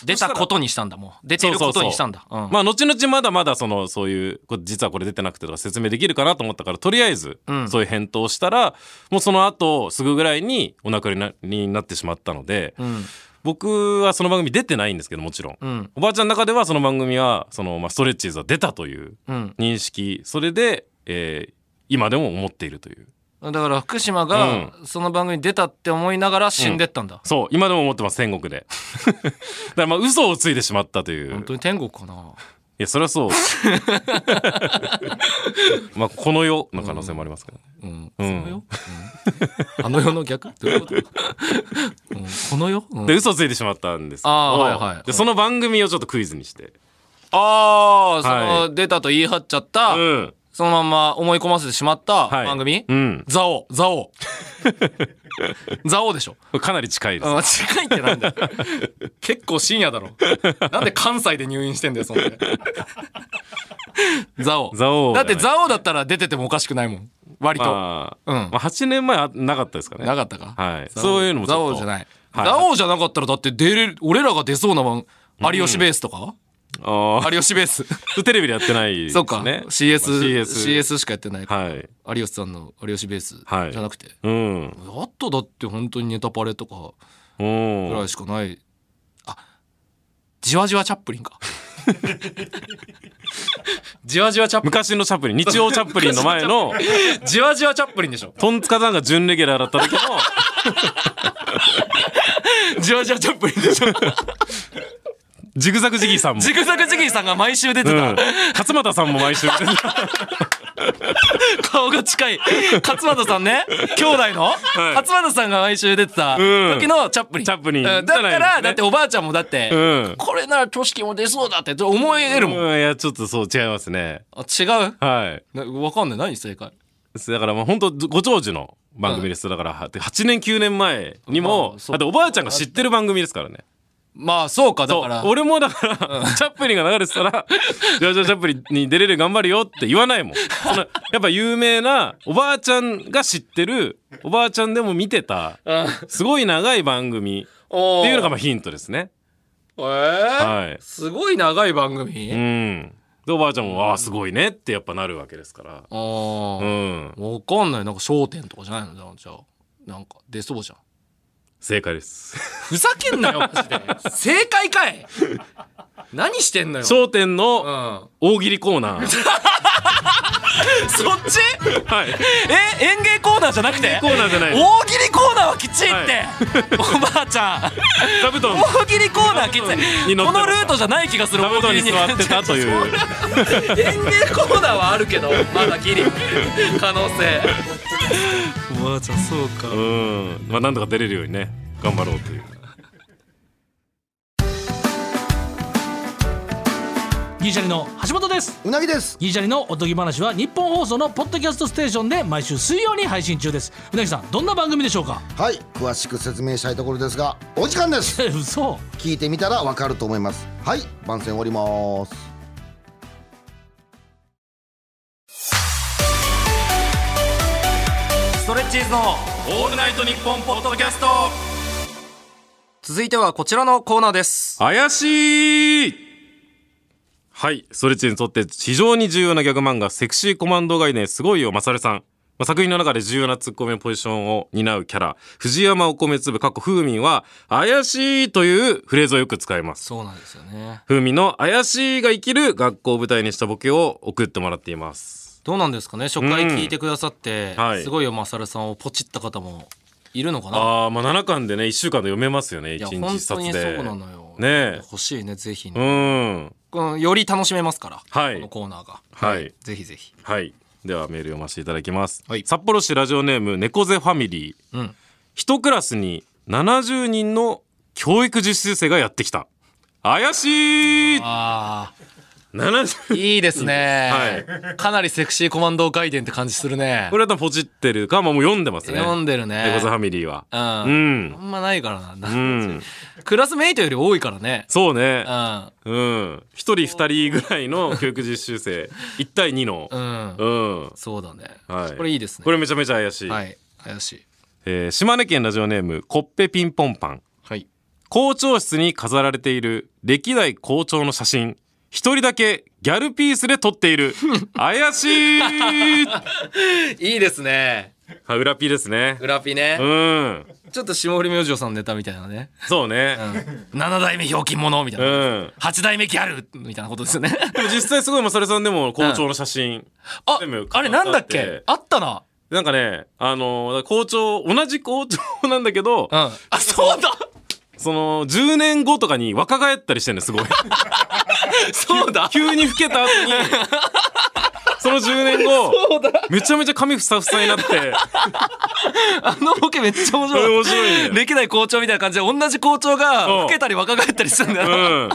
出たことにしたんだもう出てることにしたんだそうそうそううんまあ後々まだまだそのそういうこ実はこれ出てなくてとか説明できるかなと思ったからとりあえずうんそういう返答をしたら、もうその後すぐぐらいにお亡くなりになってしまったので、うん僕はその番組出てないんですけどもちろん、うんおばあちゃんの中ではその番組はその、まあ、ストレッチーズは出たといううん認識それで、えー今でも思っているというだから福島がその番組に出たって思いながら死んでったんだ、そう今でも思ってます天国 でだからまあ嘘をついてしまったという本当に天国かないやそりゃ そうまあこの世の可能性もありますけど、ねうん、うんその世、うん、あの世の 逆どういうこと、うん、この世、うんで嘘ついてしまったんですけどあーはいはいはいでその番組をちょっとクイズにして、ああ、はその出たと言い張っちゃった、うんそのまんま思い込ませてしまったはい、番組、うんザオザ オザオでしょかなり近いです、あ近いってなんだよ結構深夜だろなんで関西で入院してんだよ そんでザオザオだってオザオだったら出ててもおかしくないもん割と、まあうんまあ、8年前はなかったですかねなかったかはいザオそういうのもちょっザとオじゃない、はいザオじゃなかったらだって出れる俺らが出そうな番有吉ベースとか、ああ有吉ベー ステレビでやってないですねそうか CS, まあ CS, CS しかやってないから、はい有吉さんの有吉ベースはいじゃなくて、うんあとだって本当にネタパレとかうんぐらいしかない、あじわじわチャップリ ンかじわじわチャップリ昔のチャップリン日曜チャップリンの前のンじわじわチャップリンでしょトンツカさんが準レギュラーだった時のじわじわチャップリンでしょジグザグジギーさんも、ジグザグジギーさんが毎週出てうた、ん、勝俣さんも毎 週は顔が近い勝俣さんね兄弟の、い勝俣さんが毎週出てたうん時のチャップリン、チャップリンうんだったじゃないですらねだっておばあちゃんもだって、うんこれならトシキも出そうだって思えるもん、うんいやちょっとそう違いますねあ違うはいなわかんない何正解だからもう本当ご長寿の番組ですだからは8年9年前にもまあそうだっておばあちゃんが知ってる番組ですからねまあそうかだそかうら俺もだから、チャップリンが流れてた ら「ジョージョチャップリンに出れるように頑張るよ」って言わないもんそのやっぱ有名なおばあちゃんが知ってるおばあちゃんでも見てたすごい長い番組っていうのがまあヒントですねえーはいすごい長い番組、うあんでおばあちゃんも「ああすごいね」ってやっぱなるわけですからあうー、んわかんないなんか『笑点』とかじゃないのじゃあなんか出そうじゃん正解ですふざけんなよマ ジで正解かい何してんの『よ笑点』うのん、大喜利コー ナーそっちはいえ演芸コーナーじゃなくてコーナーじゃない大喜利コーナーはきちいって、おばあちゃん座布団大喜利コーナーきついに乗っこてのルートじゃない気がする座布団に座ってたとい う演芸コーナーはあるけどまだギリ可能性 おばあちゃんそうかうんまあなんとか出れるようにね頑張ろうというギリシャリの橋本ですうなぎですギリシャリのおとぎ話は日本放送のポッドキャストステーションで毎週水曜に配信中ですうなぎさんどんな番組でしょうかはい詳しく説明したいところですがお時間ですえ嘘聞いてみたらわかると思いますはい番宣終わりますストレッチーズのオールナイトニッポンポッドキャスト続いてはこちらのコーナーです怪しいはい、ストレッチにとって非常に重要なギャグ漫画、セクシーコマンド概念すごいよ、マサルさん。まあ作品の中で重要なツッコミのポジションを担うキャラ、藤山お米粒、かっこ風民は、怪しいというフレーズをよく使います。そうなんですよね風民の怪しいが生きる学校を舞台にしたボケを送ってもらっています。どうなんですかね初回聞いてくださって、うんはいすごいよマサルさんをポチった方もいるのかなあー、まあ7巻でね、1週間で読めますよね、1いや日本1当冊にで。そうなのよねえ欲しいねぜひうね、ん。このより楽しめますから、はいこのコーナーがはい。ぜひぜひはい。ではメール読ませていただきます。はい札幌市ラジオネーム猫背ファミリー。うん一クラスに70人の教育実習生がやってきた。怪しいあ !70 あいいですね、 はかなりセクシーコマンド外伝って感じするねこれは多分ポチってるか、まあもう読んでますね。読んでるね猫背ファミリーは。うん、うんあ。んまないからな、うん。クラスメイトより多いからねそうねう。んうん。一人二人ぐらいの教育実習生。一対二のう。んうん。そうだね、はいこれいいですねこれめちゃめちゃ怪しい。はい怪しいえー島根県ラジオネーム、コッペピンポンパン。はい校長室に飾られている歴代校長の写真一人だけギャルピースで撮ってい る怪しいいいですねあ裏ピーですね裏ピね、うんちょっと霜降り明星さんのネタみたいなね、そうねうん、7代目ひょうきん者みたいうな、ん、 8代目ギャルみたいなことです よねでも実際すごいマサルさんでも校長の写真あ全部あれなんだっけあったななんかねあのー校長同じ校長なんだけどうんあそうだその10年後とかに若返ったりしてんのすごい そうだ急に老けた後 にその10年後めちゃめちゃ髪ふさふさになってあのボケめっちゃ面白い面白いんだよ歴代校長みたいな感じで同じ校長がうん老けたり若返ったりするんだうよ、ん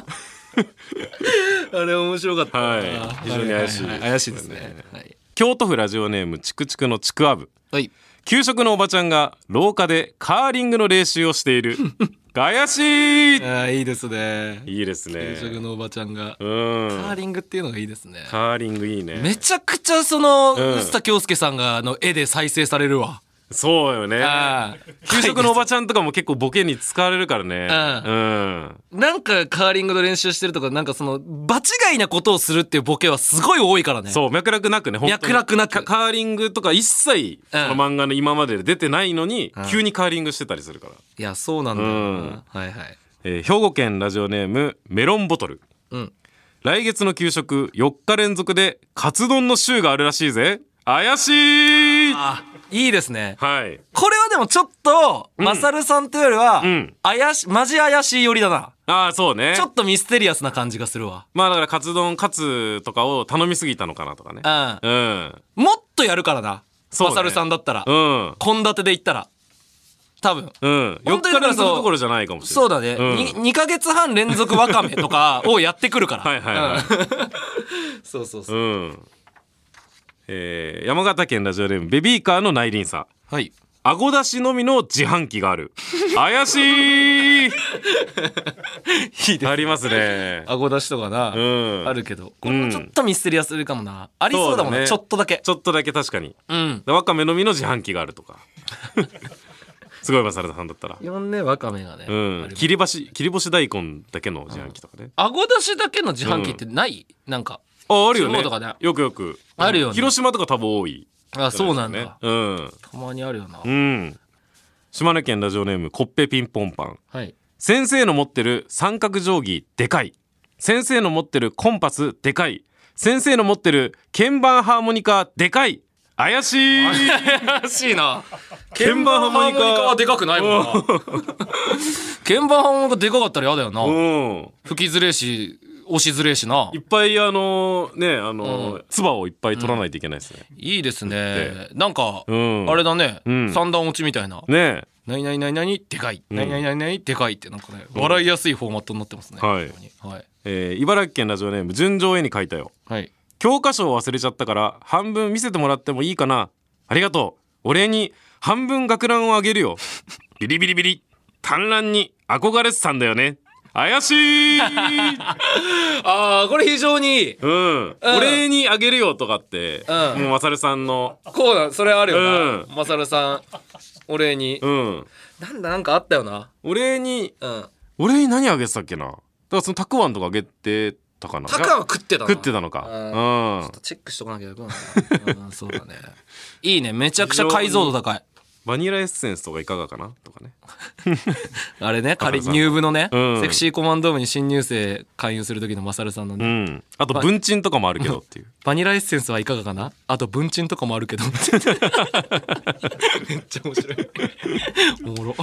あれ面白かったな、はい非常に怪しいははは怪しいですねはい、京都府ラジオネームちくちくのちくわぶはい、給食のおばちゃんが廊下でカーリングの練習をして いる怪しいあーいいですねいいです給食ねのおばちゃんがうカんーリングっていうのがいいですねカーリングいいねめちゃくちゃそのん臼田恭介さんがあの絵で再生されるわそうよねあー給食のおばちゃんとかも結構ボケに使われるからねううんなんかカーリングの練習してるとかなんかその場違いなことをするっていうボケはすごい多いからねそう脈絡なくね本当に脈絡なくかカーリングとか一切うこんの漫画の今までで出てないのに急にカーリングしてたりするからいやそうなんだよな、うんはいはいえー兵庫県ラジオネームメロンボトル、うん来月の給食4日連続でカツ丼の週があるらしいぜ怪しいあいいですねはいこれはでもちょっと、マサルさんというよりは、うん怪しマジ怪しい寄りだなああそうねちょっとミステリアスな感じがするわまあだからカツ丼カツとかを頼みすぎたのかなとかねうんうんもっとやるからな、そうマねサルさんだったらうん献立、で言ったら多分うん4本当にだ日から連続そうどころじゃないかもしれないそうだね、んに2ヶ月半連続わかめとかをやってくるから はいはいはいうんそうそうそう、うんえー山形県ラジオネームベビーカーの内輪差はい顎出しのみの自販機がある怪しいありますね顎出しとかな、うんあるけどこれもちょっとミステリアスかもな、ありそうだもんねそうちだねょっとだけちょっとだけ確かにうんわかめの実の自販機があるとかすごいマサルさんだったら呼んでわかめがね、うん切り干し切り干し大根だけの自販機とかね顎出しだけの自販機ってない、なんかああるよね地方とかねよくよくあるよね広島とか多分多いあそうなんだ、ねうんたまにあるよな、うん島根県ラジオネームコッペピンポンパンはい先生の持ってる三角定規でかい先生の持ってるコンパスでかい先生の持ってる鍵盤ハーモニカでかい怪しいらしいな鍵盤ハーモニカはでかくないもんな鍵盤ハーモニカでかかったら嫌だよな、うん吹きづれえし押しづれえしないっぱいあのねあの唾をいっぱい取らないといけないですね。いいですねなんか、うんあれだね、うん三段落ちみたいなねえ何々何々でかい、何々何々でかいってなんかね笑いやすいフォーマットになってますね。はい非常にはいえー茨城県ラジオネーム純情絵に書いたよはい。教科書を忘れちゃったから半分見せてもらってもいいかなありがとうお礼に半分学ランをあげるよ ビリビリビリ単乱に憧れてたんだよね怪 しいああこれ非常にいい。うん、お礼にあげるよとかって、うんもうマサルさんのこうだそれあるような。マサルさんお礼にう。んなんだなんかあったよな。お礼にうん。お礼に何あげてたっけなだからそのたくあんとかあげてたかなタカは食ってたな。食ってたのかうんうんちょっとチェックしとかなきゃいけないな。 うんそうだね。いいねめちゃくちゃ解像度高い。バニラエッセンスとかいかがかなとかねあれね仮高さん入部のね、うんセクシーコマンド部に新入生勧誘する時のマサルさんのね。うんあと文鎮とかもあるけどって いうバニラエッセンスはいかがかなあと文鎮とかもあるけどめっちゃ面白いおもろ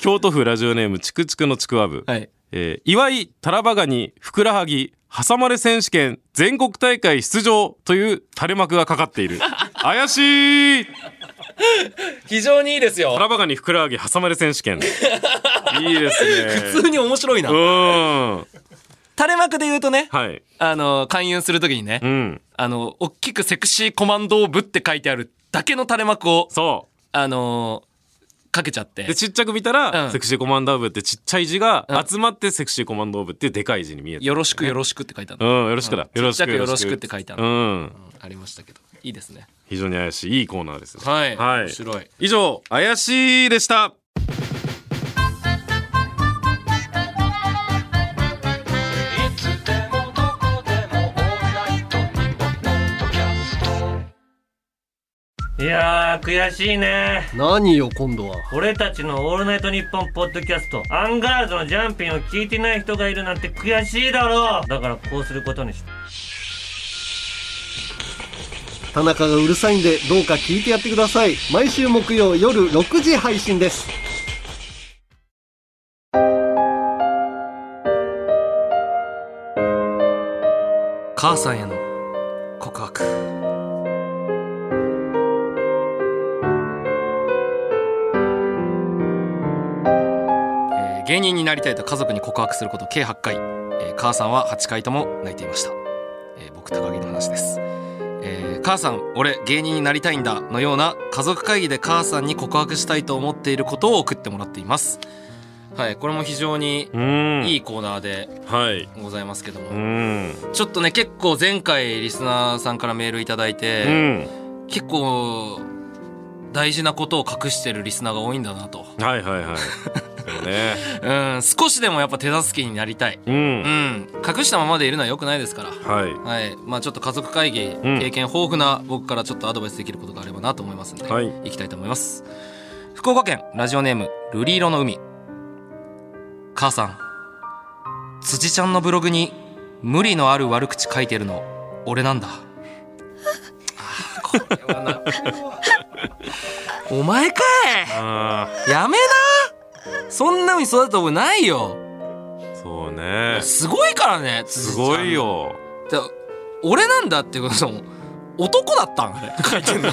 京都府ラジオネームちくちくのちくわぶ、はいえー岩井タラバガニふくらはぎ挟まれ選手権全国大会出場という垂れ幕がかかって いる怪しい非常にいいですタよラバガニふくらはぎ挟まれ選手権いいです 普ね通に面白いなうーん垂れ幕で言うとねはいあの勧誘するときにねうんあの大きくセクシーコマンド部って書いてあるだけの垂れ幕をそあのかけちゃっうてでちっちゃく見たら、うんセクシーコマンドー部ってちっちゃい字がうん集まってセクシーコマンドー部っていうでかい字に見えてよろしくよろしくって書いてあうるんよろしくだ、よろちしっちゃくくよろしくって書いてあるうんありましたけどいいですね非常に怪しいいいコーナーですねはい、はい面白い以上怪しいでしたいやー悔しいね何よ今度は俺たちの「オールナイトニッポン」ポッドキャストアンガールズのジャンピンを聞いてない人がいるなんて悔しいだろうだからこうすることにした田中がうるさいんでどうか聞いてやってください毎週木曜夜6時配信です母さんへの告白えー芸人になりたいと家族に告白すること計8回、えー母さんは8回とも泣いていました、えー僕高木の話です、えー母さん俺芸人になりたいんだのような家族会議で母さんに告白したいと思っていることを送ってもらっていますはいこれも非常にうんいいコーナーではいございますけども、うんちょっとね結構前回リスナーさんからメールいただいて、結構大事なことを隠してるリスナーが多いんだなと、うんはいはいはいでもねうん、少しでもやっぱ手助けになりたい、ううんん、隠したままでいるのは良くないですからはいはいまあちょっと家族会議ん経験豊富な僕からちょっとアドバイスできることがあればなと思いますんで、はいいきたいと思います福岡県ラジオネーム瑠璃色の海母さん辻ちゃんのブログに無理のある悪口書いてるの俺なんだあーこれはなお前かあいやめなそんな風に育てた覚えないよーそうねすごいからね辻すちゃんごいよで俺なんだっていうことも男だったんあれ書いてんの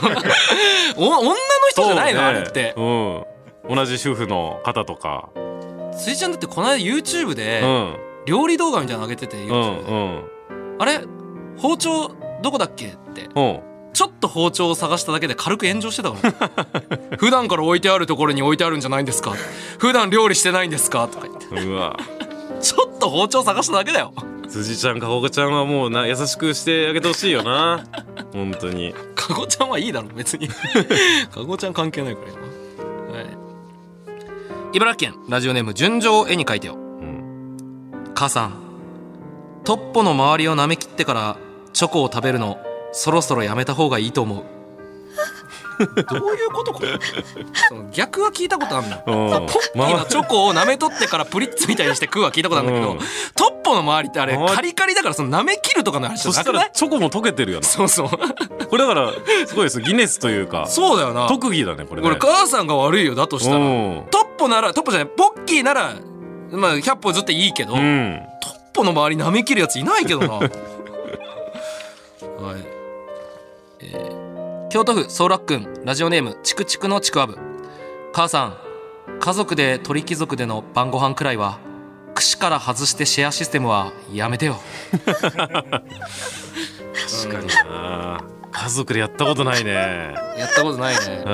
お女の人じゃないの、そうあねれってうん同じ主婦の方とか辻ちゃんだってこの間 YouTube でうん料理動画みたいなの上げてて、うん YouTube でうんあれ包丁どこだっけってうんちょっと包丁を探しただけで軽く炎上してたから 普段から置いてあるところに置いてあるんじゃないんですか普段料理してないんですかとか言ってうわちょっと包丁探しただけだよ辻ちゃんかほこちゃんはもうな優しくしてあげてほしいよな本当にかごちゃんはいいだろ別 にかごちゃん関係ないから今、はい、茨城県ラジオネーム純情を絵に描いてよ、母さんトッポの周りを舐め切ってからチョコを食べるのそろそろやめた方がいいと思う どういうことこれその逆は聞いたことあんのうポんッキーのチョコを舐め取ってからプリッツみたいにして食うは聞いたことあるんだけど、うんトッポの周りってあれ周りカリカリだからその舐め切るとかの話そじゃなしたくならいチョコも溶けてるよなそうそうこれだからすごいですギネスというかそうだよな特技だねこれねこれ母さんが悪いよだとしたら、うんトッポならトッポじゃないポッキーならまあ100歩ずっていいけど、うんトッポの周り舐めきるやついないけ どなはい、えー京都府ソーラックンラジオネームチクチクのちくわぶ母さん家族で鳥貴族での晩ご飯くらいは串から外してシェアシステムはやめてよ確かにな家族でやったことないねやったことないねう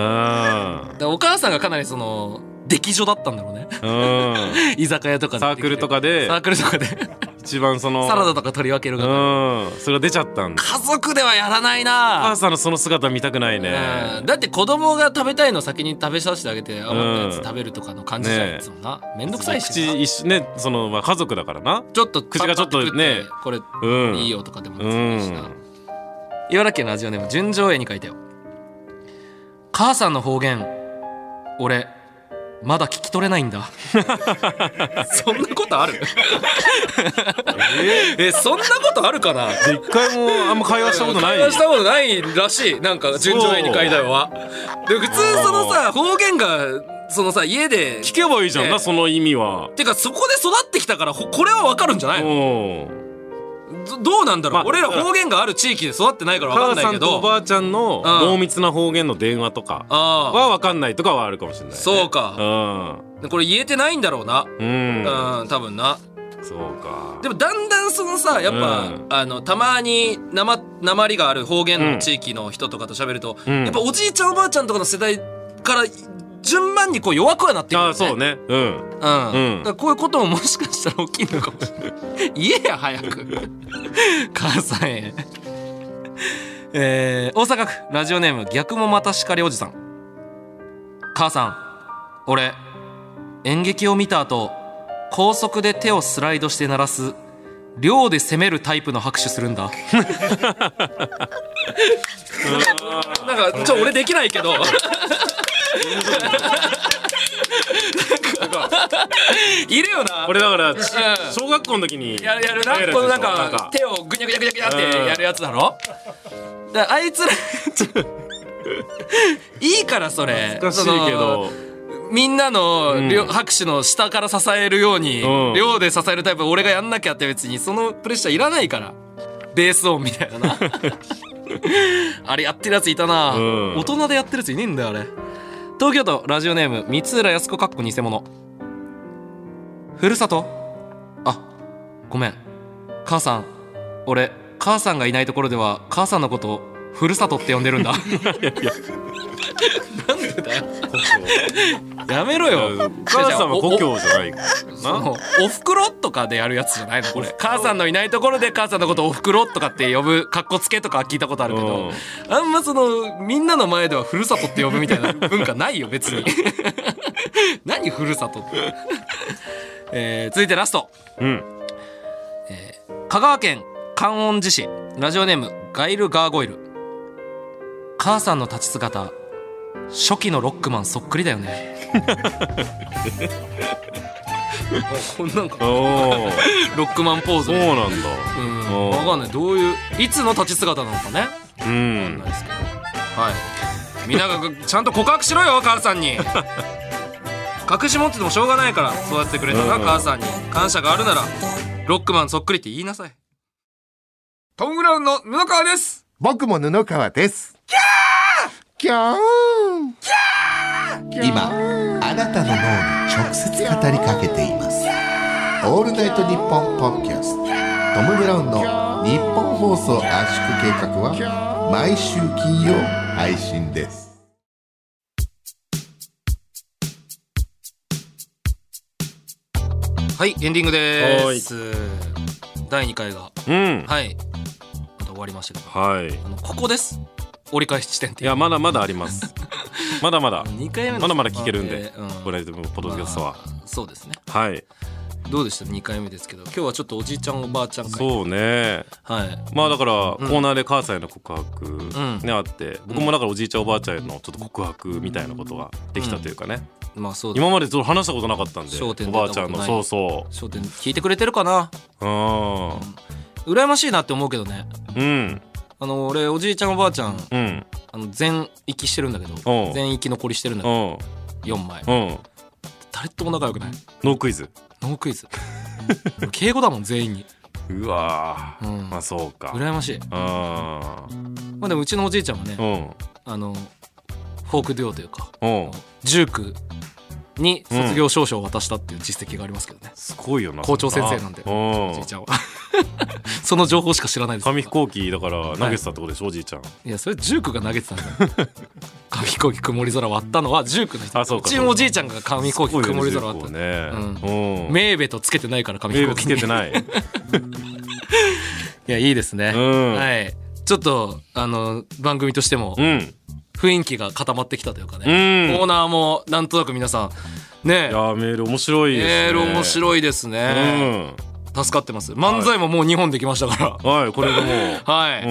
んでお母さんがかなりその出来女だったんだろうね うん居酒屋とかでサークルとかでサークルとかで一番そのサラダとか取り分けるからうんそれが出ちゃったんだ家族ではやらないなお母さんのその姿見たくないうねんだって子供が食べたいの先に食べさせてあげて余ったやつ食べるとかの感じじゃん、ねいつもなめんどくさいしな口一緒ねそのまあ家族だからなちょっと口がちょっとねパパって食ってこれ、うんいいよとかでもう別にいいしな、ん茨城県のラジオネーム純情絵に書いてよ母さんの方言俺まだ聞き取れない んだそんなことあるえそんなことあるかな一回もあんま会話したことな い会話したことないらしいなんか順調に書いたよはで普通そのさ方言がそのさ家で聞けばいいじゃんねなその意味はてかそこで育ってきたからほこれは分かるんじゃないのうんどどうなんだろう、まあ俺ら方言がある地域で育ってないから分か母んなさいけんとおどばあちゃんのうん濃密な方言の電話とかああは分かんないとかはあるかもしれないねそうか、これ言えてないんだろうなうんうんうん多分なそうかでもだんだんそのさやっぱ、うんあのたまになまなまりがある方言の地域の人とかと喋ると、うんやっぱおじいちゃんおばあちゃんとかの世代から順番にこう弱くはなってくるよあねあそうねううんんうだんからこういうことももしかしたら起きるのかもしれない言えや早く母さんへえー、大阪府ラジオネーム逆もまたしかりおじさん母さん俺演劇を見た後高速で手をスライドして鳴らす量で攻めるタイプの拍手する んだなんかちょ俺できないけどいるよな俺だからち小学校の時にややるなやるやつでしょこのなんなんかか手をぐにゃぐにゃぐにゃぐにゃってやるやつだろだからあいつら ちょいいからそれ難しいけどそのみんなのん両、拍手の下から支えるように、うん量で支えるタイプ俺がやんなきゃって別にそのプレッシャーいらないからベース音みたいな なあれやってるやついたな、うん大人でやってるやついねえんだよあれ東京都ラジオネーム三浦康子かっこ偽物ふるさとあごめん母さん俺母さんがいないところでは母さんのことをふるさとって呼んで るんだなんでだよやめろよ母さんは故郷じゃないかじゃあおおおふくろとかでやるやつじゃないのこれ母さんのいないところで母さんのことをおふくろとかって呼ぶかっこつけとかは聞いたことあるけどあんまそのみんなの前ではふるさとって呼ぶみたいな文化ないよ別に何ふるさとって、えー続いてラストうん香川県観音寺市ラジオネームガイル・ガーゴイル母さんの立ち姿初期のロックマンそっくりだよね こんなんかおおロックマンポーズそうねなんだうんお分かんないどういういつの立ち姿なのかねうなんんですけどはいみんながちゃんと告白しろよ母さんに隠し持っててもしょうがないからそうやってくれたなうん母さんに感謝があるならロックマンそっくりって言いなさいトム・ブラウンの布川です僕も布川です。キャー今あなたの脳に直接語りかけていますオールナイトニッポンポッドキャストトム・ブラウンの日本放送圧縮計画は毎週金曜配信ですはいエンディングです第2回がうんはいまた終わりましたけどはいいあのここです折り返し地点っていうやまだまだありますまだまだ2回目のまだまだ聞けるんでうんこれでもポッドキャストはまあそうですねはいどうでした2回目ですけど今日はちょっとおじいちゃんおばあちゃん会そうねはいまあだからコーナーで関西の告白んねあって僕もだからおじいちゃんおばあちゃんのちょっと告白みたいなことができたというかねまあそうだ今までちょっと話したことなかったんで焦点出たおばこあとちゃんのないそうそ焦う点聞いてくれてるかなうん羨ましいなって思うけどねうんあの俺おじいちゃんおばあちゃんうんあの全域してるんだけどおう全域残りしてるんだうけどん4枚うん誰とも仲良くないノークイズノークイ ズ敬語だもん全員にうわーうんまあそうか羨ましいあーまあでもうちのおじいちゃんはねうんあのフォークデュオというかうんジュークに卒業証書を渡したっていう実績がありますけどね、すごいよな校長先生なんでおじいちゃんは その情報しか知らないです紙飛行機だから投げてたってことでしょ、おじいちゃんいやそれジュークが投げてたんだよ 紙飛行機曇り空割ったのはジュークの人あそううかちのおじいちゃんが紙飛行機曇り空割ったそうねうんメーベとつけてないから紙飛メー行ル機つにけてないいやいいですね、 はいちょっとあの番組としても、雰囲気が固まってきたというかね、うんコーナーもなんとなく皆さんねいやメール面白いですねメール面白いですね、助かってます漫才ももう2本できましたからはいこれでもうはい、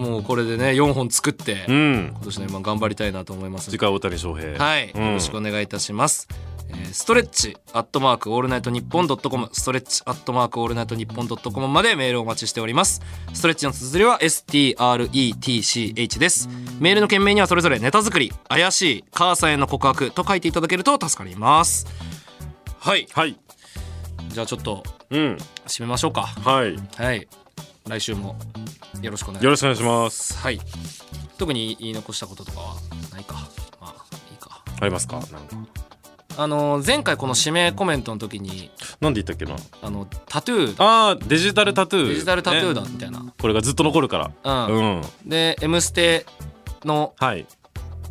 もうこれでね4本作って、うん今年の今頑張りたいなと思います次回大谷翔平はい、うんよろしくお願いいたします。えーストレッチアットマークオールナイトニッポンドットコムストレッチアットマークオールナイトニッポンドットコムまでメールをお待ちしておりますストレッチの綴りは STRETCH ですメールの件名にはそれぞれネタ作り怪しい母さんへの告白と書いていただけると助かりますはいはいじゃあちょっとうん締めましょうかはいはい来週もよろしくお願いしますよろしくお願いしますはい特に言い残したこととかはないかまあいいかありますかなんかあの前回この指名コメントの時になんで言ったっけなあのタトゥーああデジタルタトゥーデジタルタトゥーだねみたいな、これがずっと残るからうんうんで「M ステ」のはい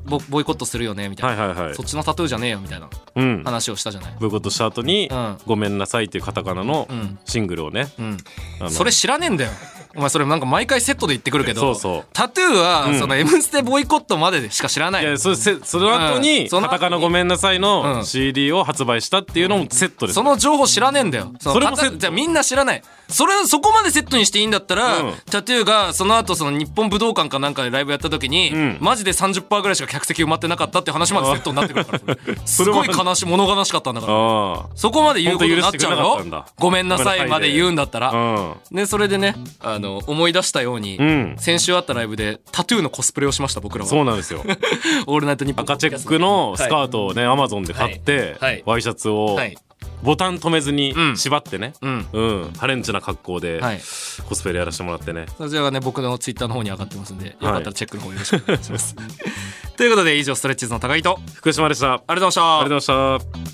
ボボイコットするよねみたいな、そっちのタトゥーじゃねえよみたいなうん話をしたじゃない、ボイコットした後に「ごめんなさい」っていうカタカナのうんシングルをねうんあのそれ知らねえんだよお前それなんか毎回セットで言ってくるけどそうそうタトゥーはうんその「M ステ」ボイコットまででしか知らないいやそれせその後にうん「そのカタカナごめんなさい」うのん CD を発売したっていうのもセットですその情報知らねえんだよのそれもセッタトトゥーじゃあみんな知らないそれそこまでセットにしていいんだったら、タトゥーがその後その日本武道館かなんかでライブやった時に、マジで30%ぐらいしか客席埋まってなかったって話までセットにな ってくるからそれすごい悲しい物悲しかったんだからあそこまで言うことになっちゃう本当許してくれなかったんよだごめんなさいまで言うんだったうら、んね、それでねあの思い出したように、うん先週あったライブでタトゥーのコスプレをしました僕らはそうなんですよオールナイトニッポン赤チェックのスカートをねアマゾンで買ってワイシャツをはいボタン止めずに縛ってねうんうんハレンチな格好ではいコスプレやらせてもらってねそちらがね僕のツイッターの方に上がってますんでよかったらチェックの方よ ろしくお願いします、ということで以上ストレッチーズの高井と福島でしたありがとうございましたありがとうございました